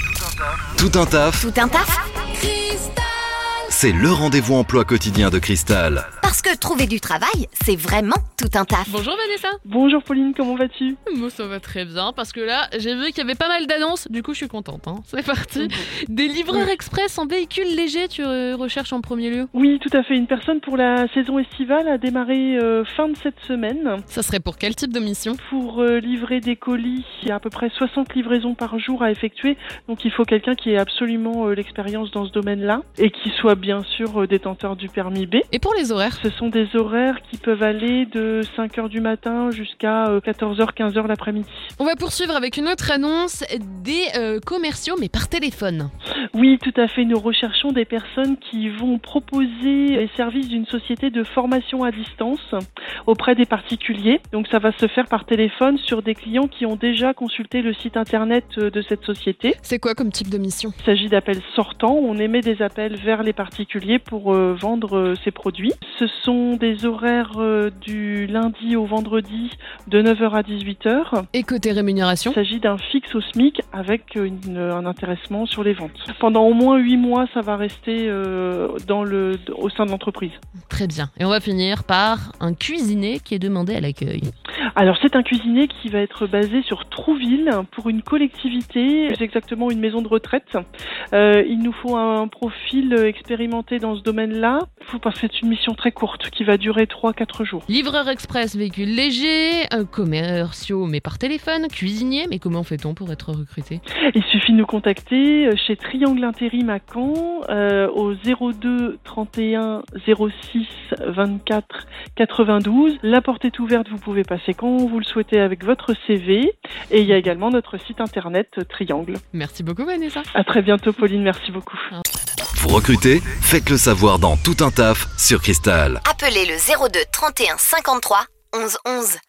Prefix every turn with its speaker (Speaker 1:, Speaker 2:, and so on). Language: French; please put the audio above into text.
Speaker 1: Tout un taf,
Speaker 2: Tout un taf
Speaker 1: c'est le rendez-vous emploi quotidien de Cristal.
Speaker 2: Parce que trouver du travail, c'est vraiment tout un taf.
Speaker 3: Bonjour Vanessa
Speaker 4: Bonjour Pauline, comment vas-tu
Speaker 3: Moi ça va très bien parce que là j'ai vu qu'il y avait pas mal d'annonces, du coup je suis contente. hein. C'est parti Des livreurs express en véhicule léger tu euh, recherches en premier lieu
Speaker 4: Oui, tout à fait. Une personne pour la saison estivale a démarré euh, fin de cette semaine
Speaker 3: Ça serait pour quel type de mission
Speaker 4: pour euh, livrer des colis. Il y a à peu près 60 livraisons par jour à effectuer. Donc il faut quelqu'un qui ait absolument euh, l'expérience dans ce domaine-là et qui soit bien sûr euh, détenteur du permis B.
Speaker 3: Et pour les horaires
Speaker 4: Ce sont des horaires qui peuvent aller de 5h du matin jusqu'à euh, 14h, 15h l'après-midi.
Speaker 3: On va poursuivre avec une autre annonce des euh, commerciaux mais par téléphone.
Speaker 4: Oui, tout à fait. Nous recherchons des personnes qui vont proposer les services d'une société de formation à distance auprès des particuliers. Donc ça va se faire par téléphone sur des clients qui ont déjà consulté le site internet euh, de cette société.
Speaker 3: C'est quoi comme type de mission
Speaker 4: Il s'agit d'appels sortants. On émet des appels vers les particuliers pour euh, vendre euh, ces produits. Ce sont des horaires euh, du lundi au vendredi de 9h à 18h.
Speaker 3: Et côté rémunération
Speaker 4: Il s'agit d'un fixe au SMIC avec une- un intéressement sur les ventes. Pendant au moins 8 mois, ça va rester euh, dans le, au sein de l'entreprise.
Speaker 3: Très bien. Et on va finir par un cuisinier qui est demandé à l'accueil.
Speaker 4: Alors c'est un cuisinier qui va être basé sur Trouville pour une collectivité, plus exactement une maison de retraite. Euh, il nous faut un profil expérimenté dans ce domaine-là, Faut- parce que c'est une mission très courte qui va durer 3-4 jours.
Speaker 3: Livreur express, véhicule léger, euh, commerciaux mais par téléphone, cuisinier, mais comment fait-on pour être recruté
Speaker 4: Il suffit de nous contacter euh, chez Triangle Intérim à Caen euh, au 02 31 06 24 92. La porte est ouverte, vous pouvez passer quand vous le souhaitez avec votre CV. Et il y a également notre site internet euh, Triangle.
Speaker 3: Merci beaucoup Vanessa.
Speaker 4: À très bientôt Pauline, merci beaucoup.
Speaker 1: Vous recrutez Faites le savoir dans Tout un taf sur Cristal.
Speaker 2: Appelez le 02 31 53 11 11.